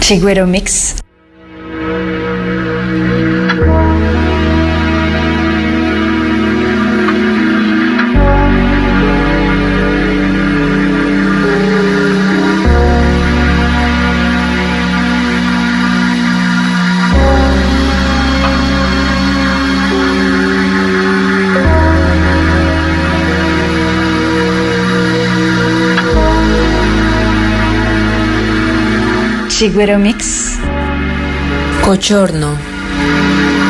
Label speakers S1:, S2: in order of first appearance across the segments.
S1: Chiguero Mix. Chiguero Mix.
S2: Cochorno.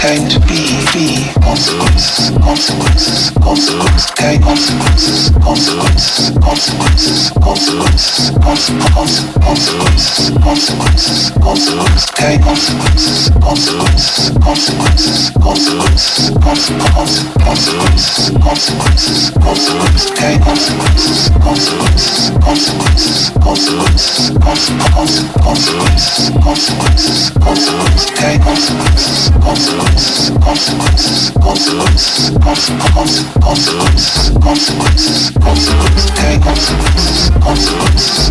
S2: be consequences, consequences, consequences, okay, consequences, consequences, consequences, consequences, consequences, consequences, consequences, consequences, okay, consequences, consequences, consequences, consequences, consequences, consequences, consequences, consequences, okay, consequences, consequences, consequences, consequences, consequences, consequences, consequences, consequences, okay, consequences, consequences, consequences, consequences, consequences, consequences, consequences, consequences, okay, consequences, consequences, consequences,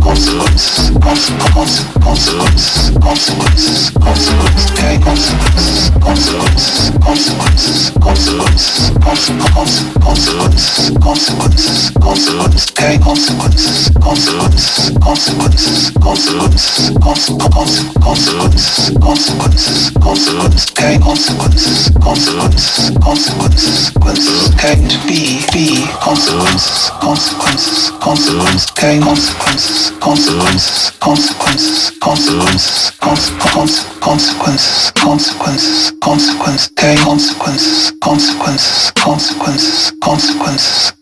S2: consequences, consequences, consequences, consequences, consequences, okay, consequences, consequences, consequences, consequences, consequences, consequences, consequences, consequences, okay, consequences, consequences, consequences, consequences, consequences, consequences, consequences, consequences, okay, consequences, consequences, consequences, consequences, okay, to be, be, consequences, consequences, consequences, okay, consequences, consequences, consequences, consequences, consequences, consequences, consequences, consequences, okay, consequences, consequences, consequences, consequences,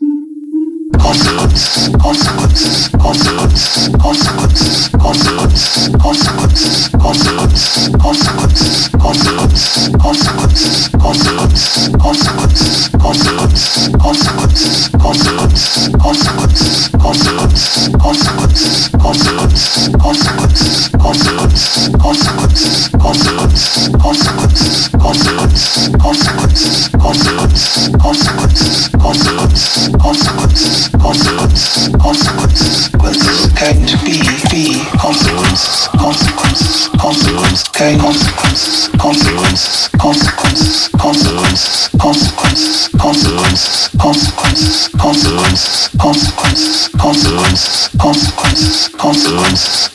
S2: consequences, consequences, consequences, consequences, consequences, consequences, consequences, consequences, consequences, consequences, consequences, consequences, consequences, consequences, consequences, consequences, consequences, consequences, consequences, consequences, consequences, consequences, consequences, consequences, consequences, consequences, consequences, consequences, consequences, consequences, consequences, consequences, consequences, came to be, be, consequences, consequences, consequences, came consequences, consequences, consequences, consequences, consequences, consequences, consequences, consequences, consequences, consequences, consequences, consequences,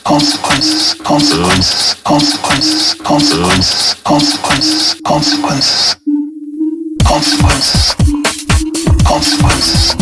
S2: consequences, consequences, consequences, consequences, consequences, consequences, consequences, consequences.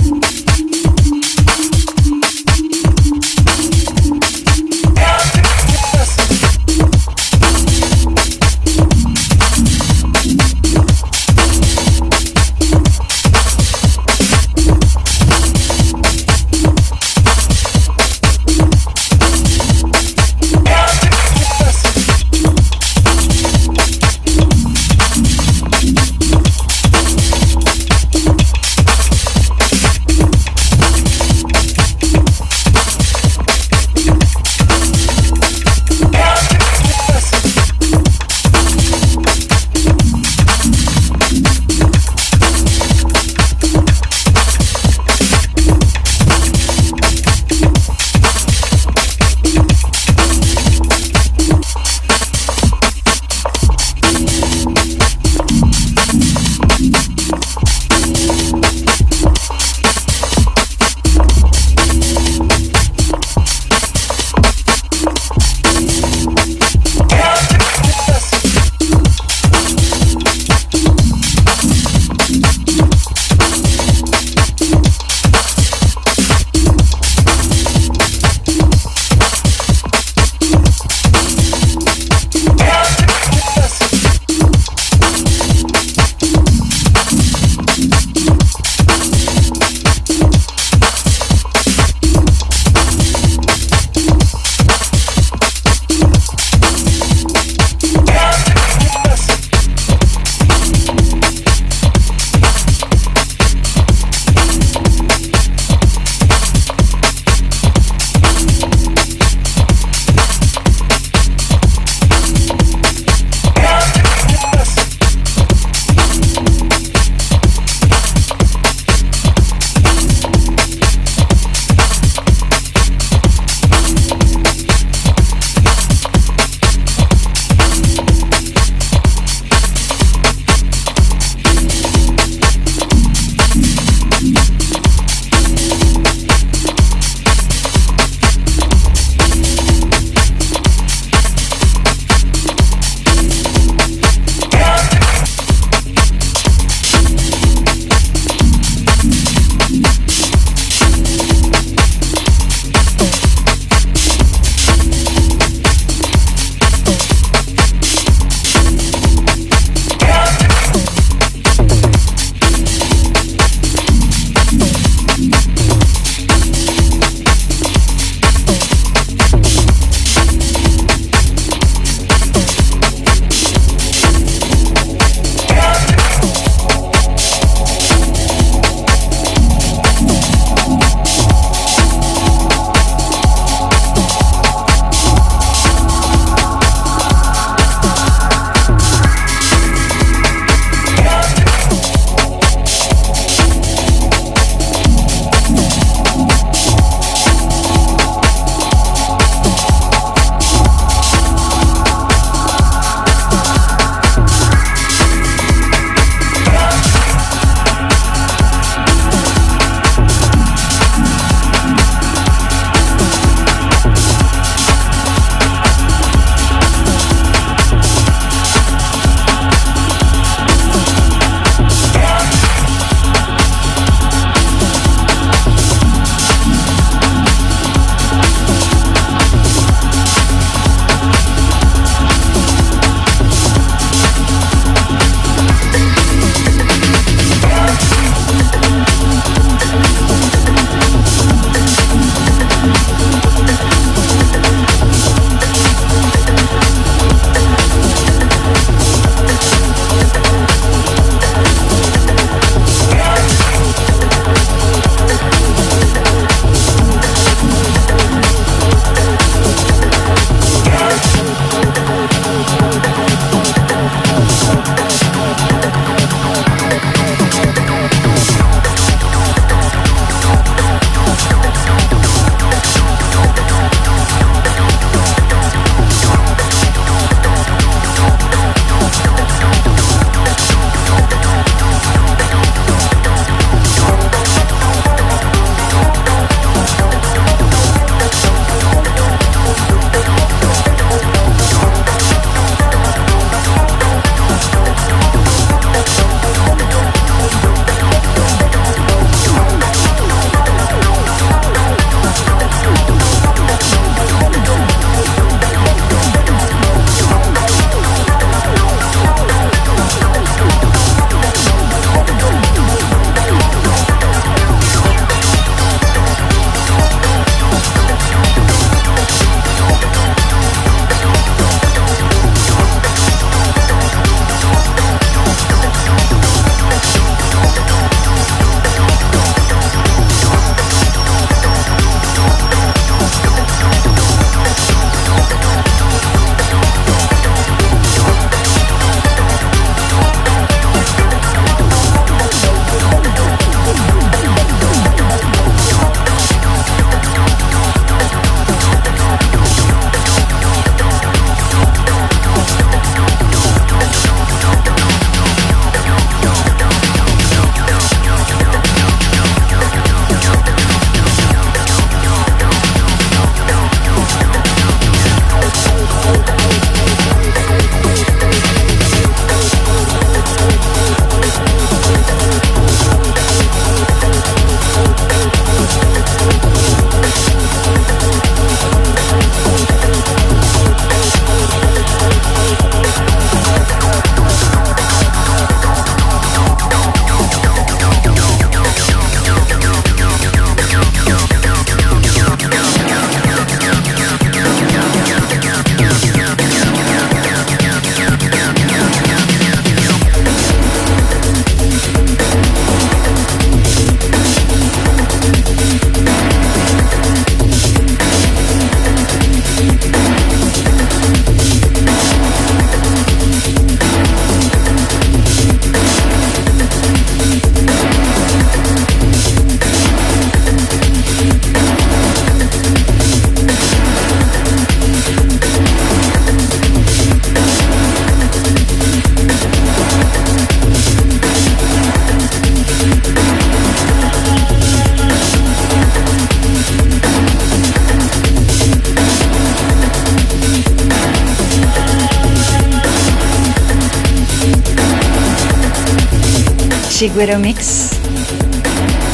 S1: Chiguero Mix.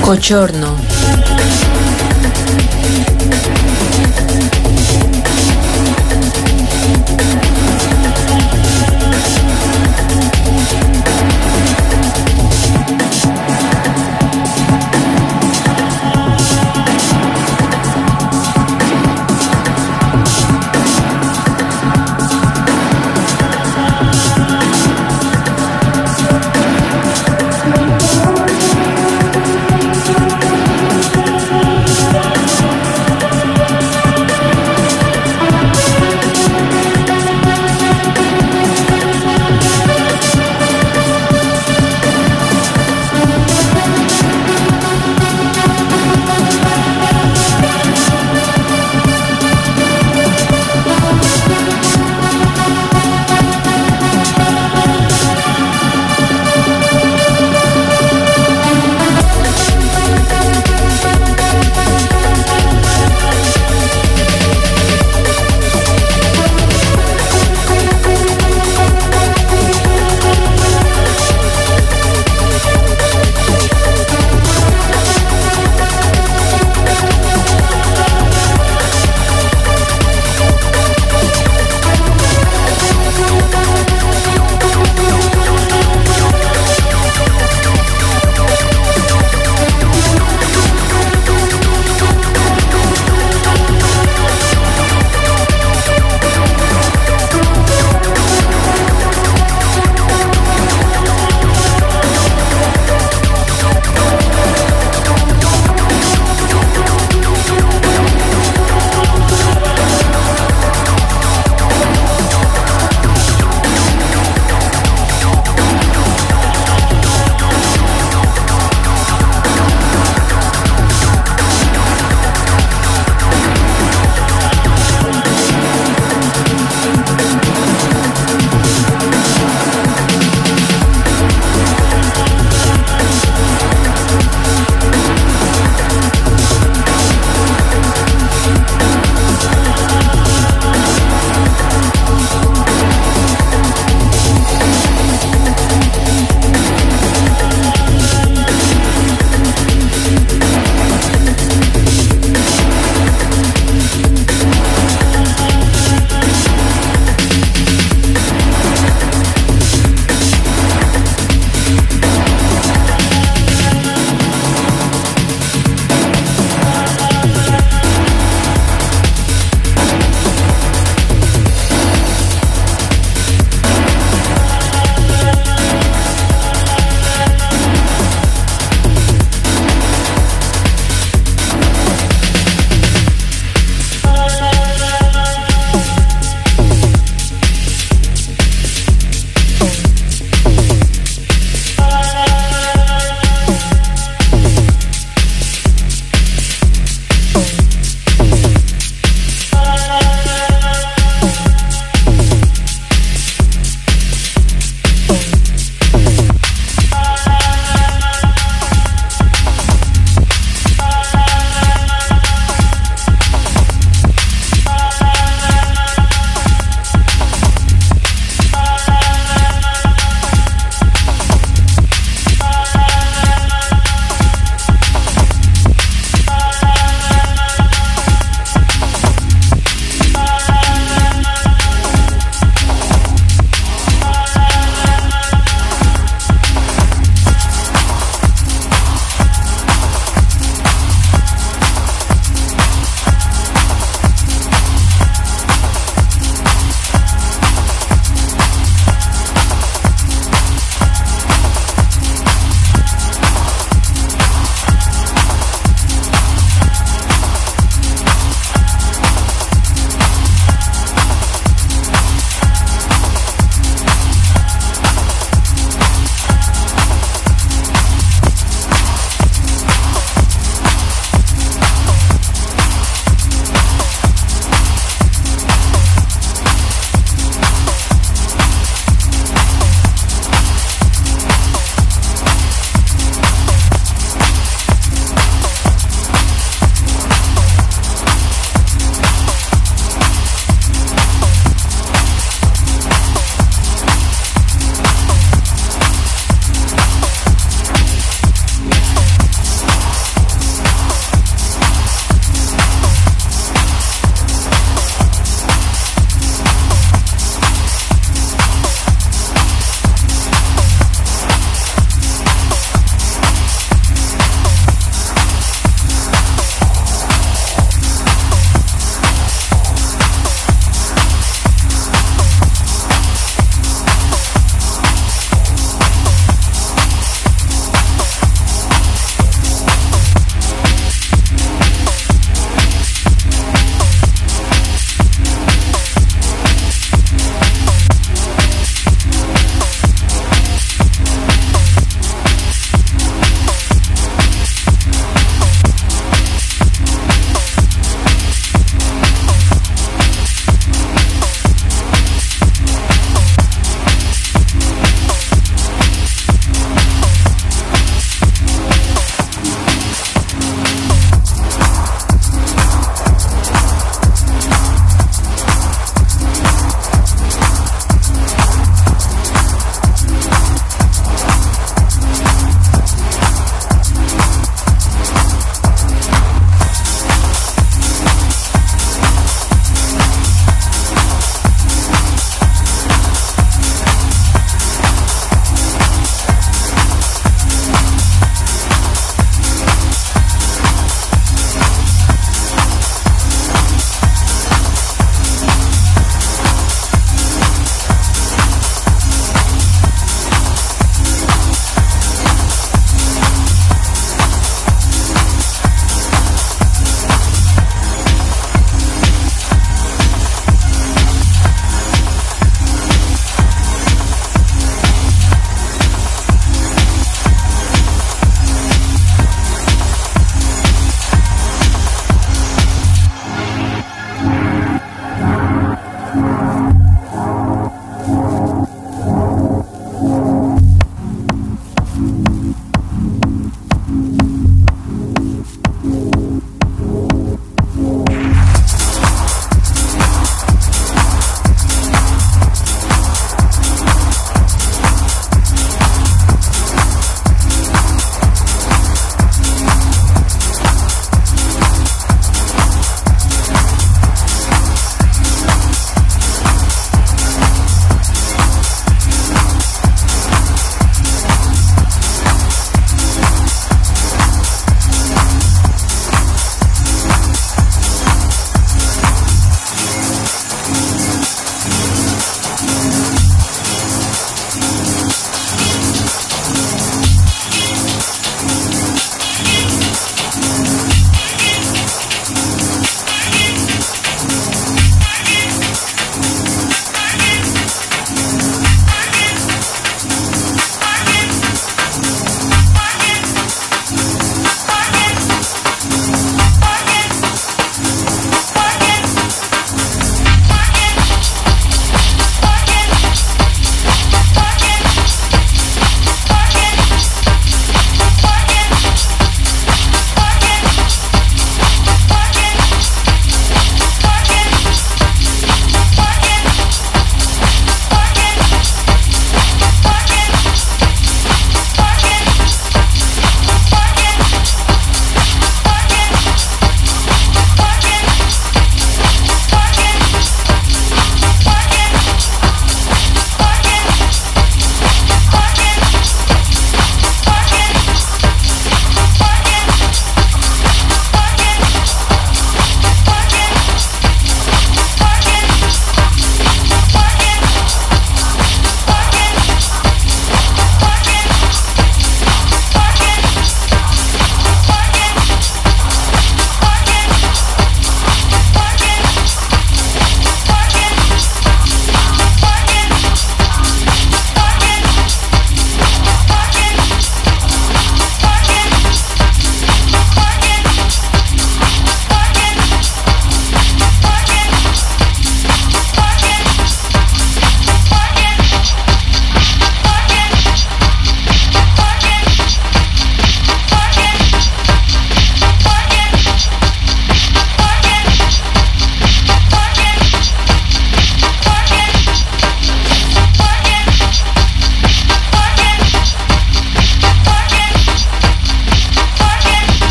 S3: Cochorno.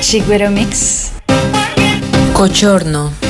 S1: Chiguero Mix.
S4: Cochorno.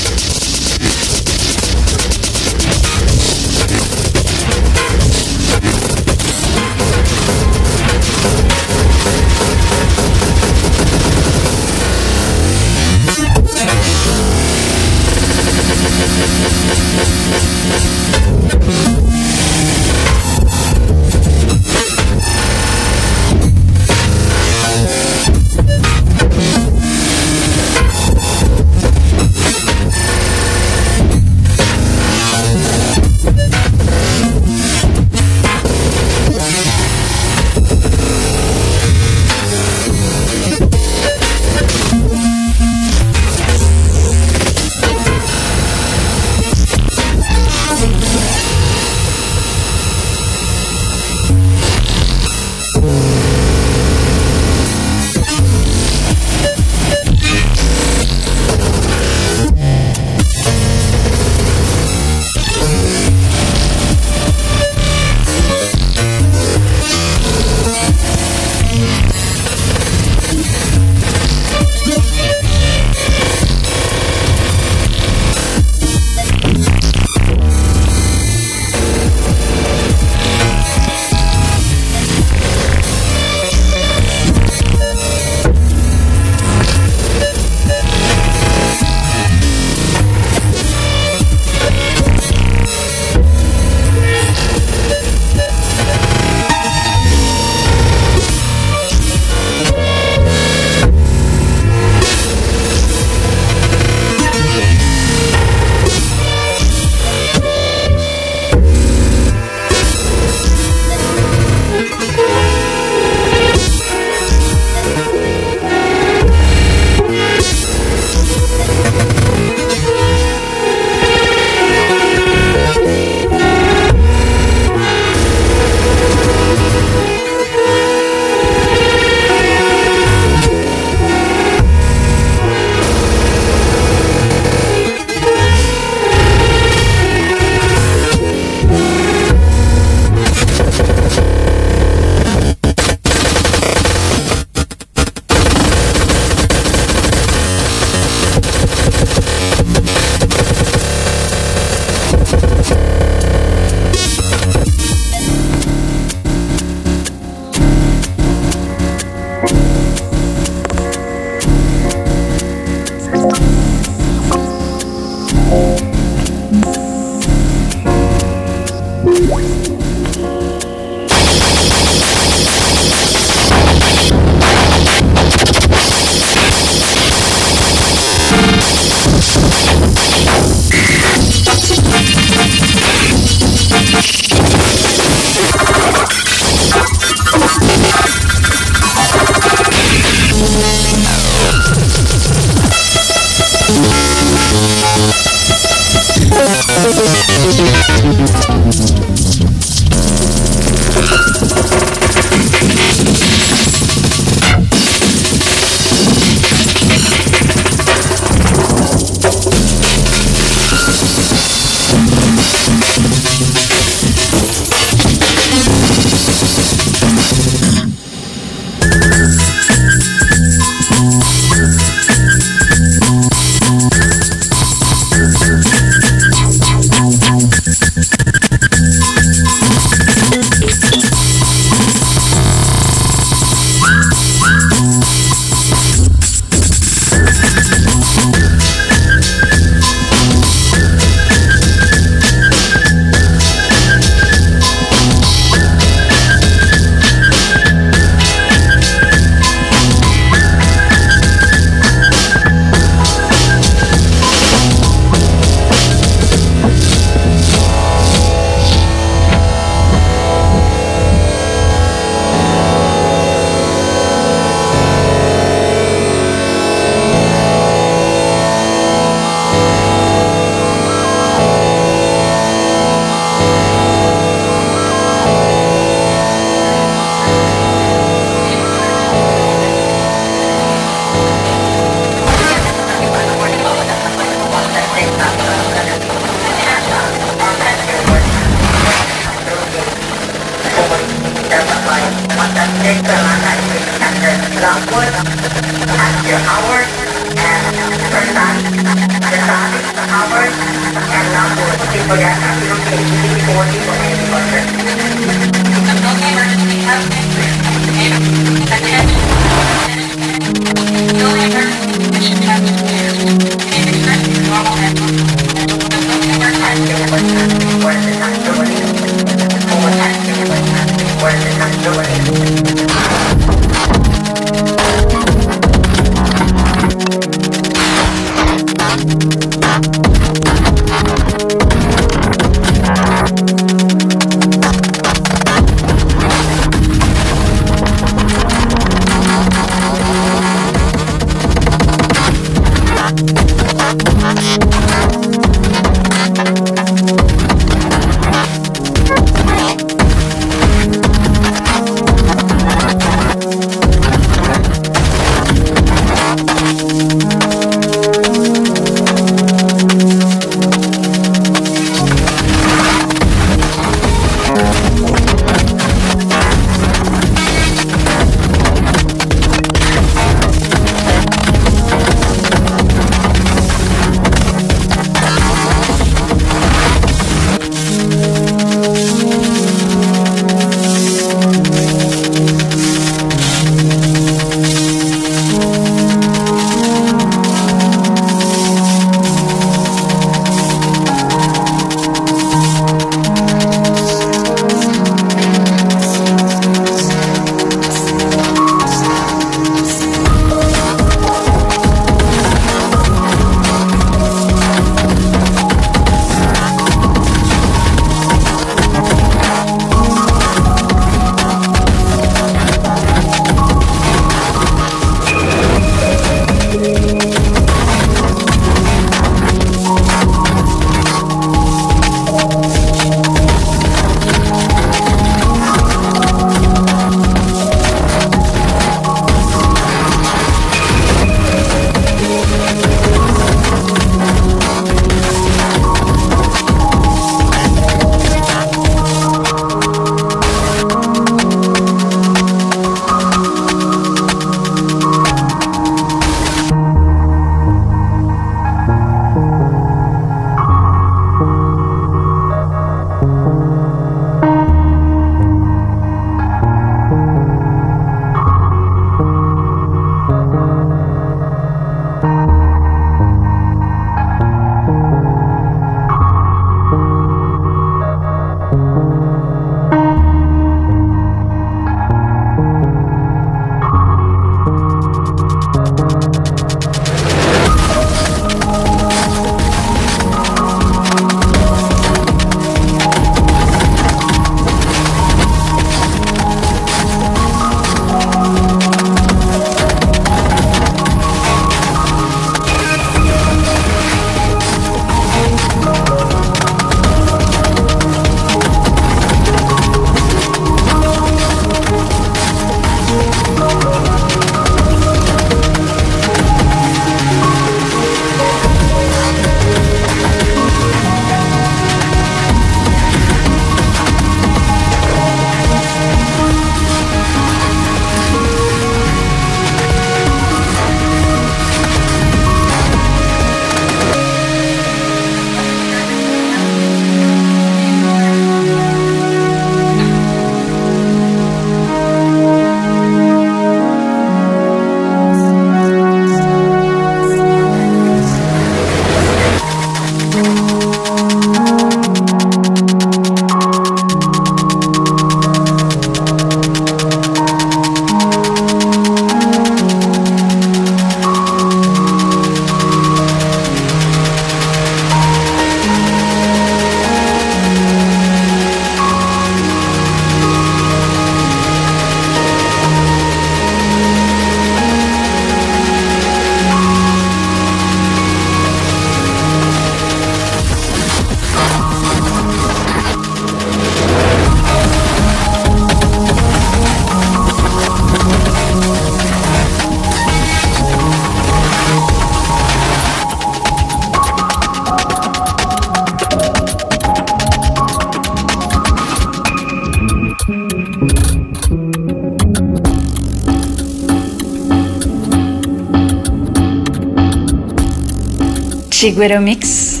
S1: Chiguero Mix.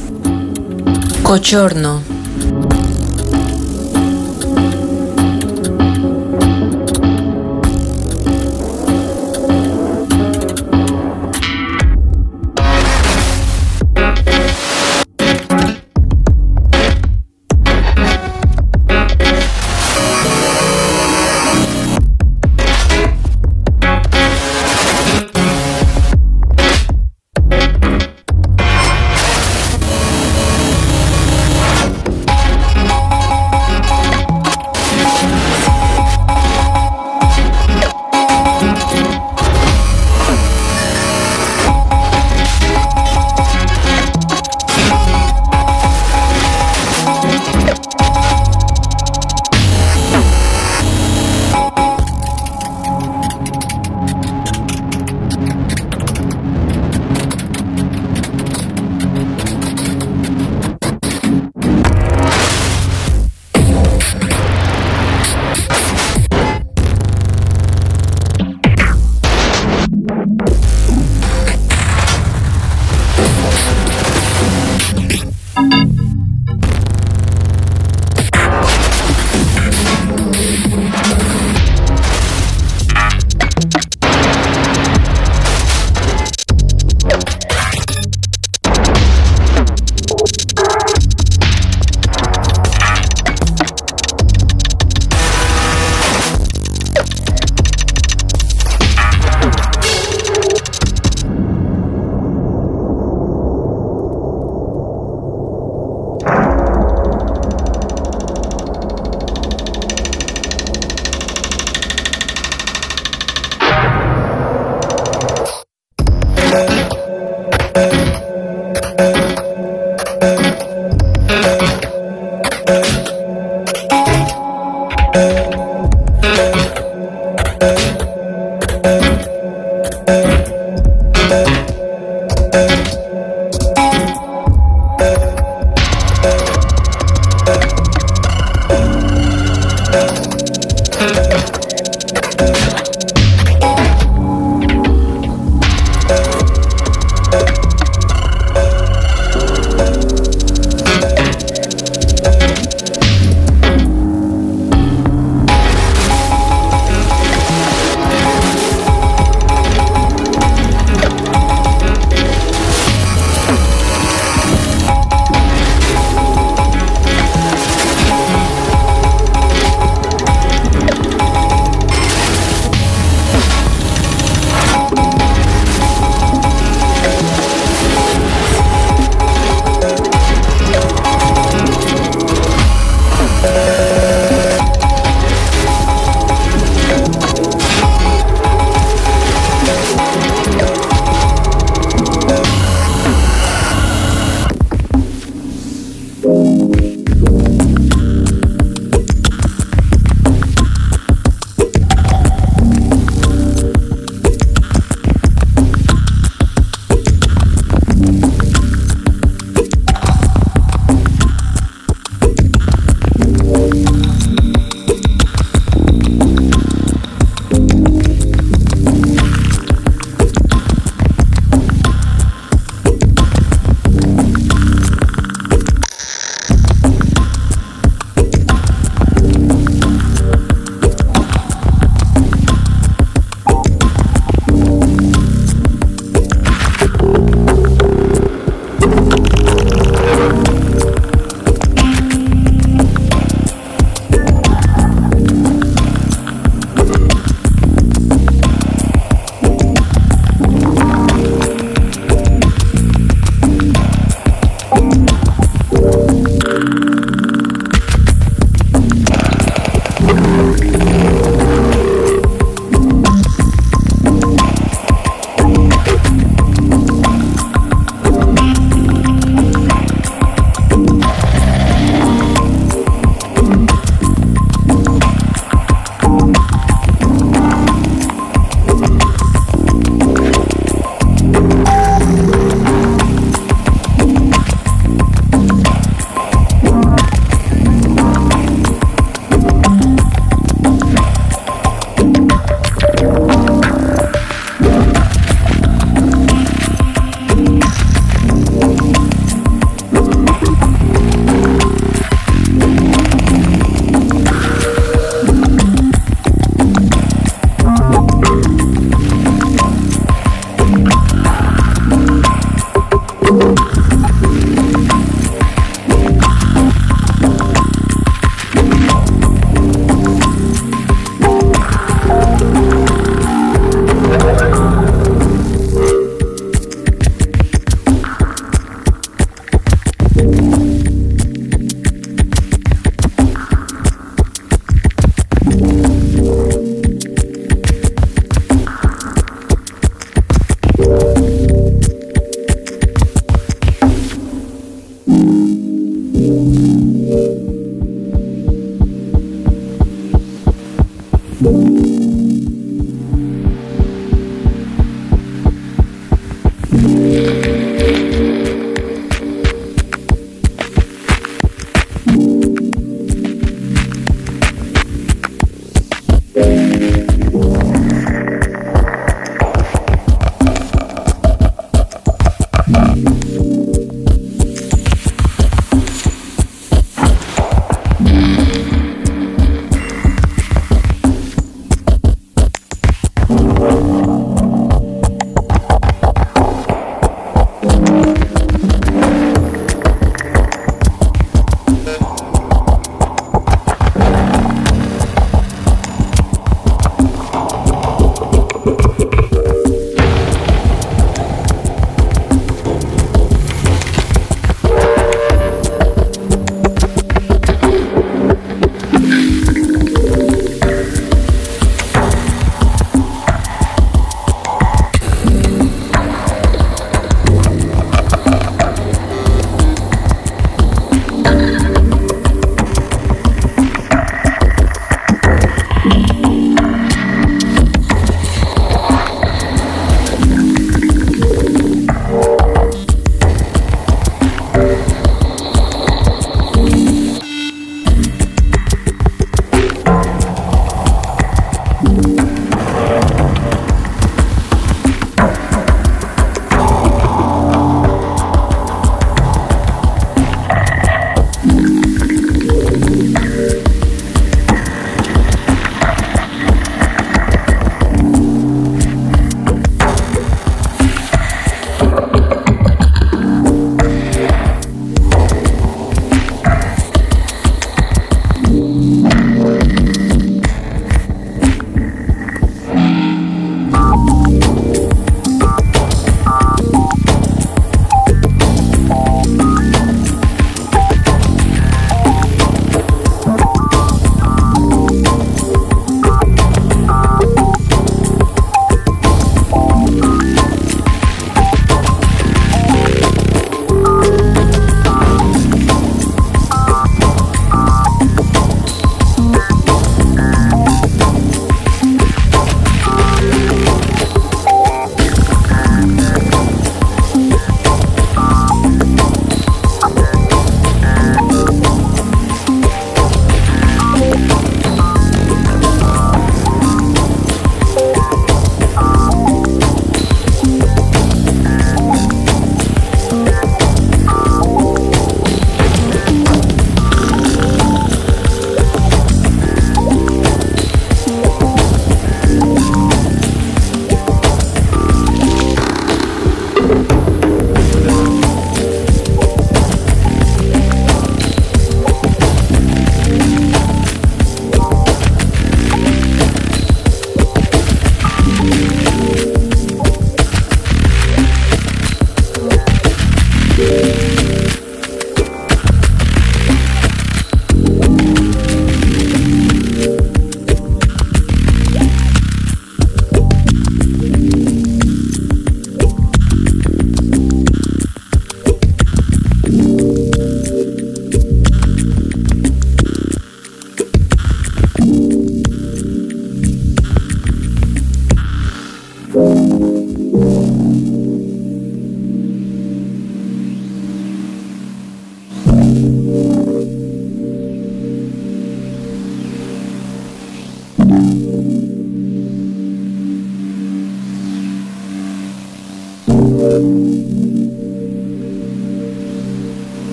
S3: Cochorno.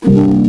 S2: Thank you.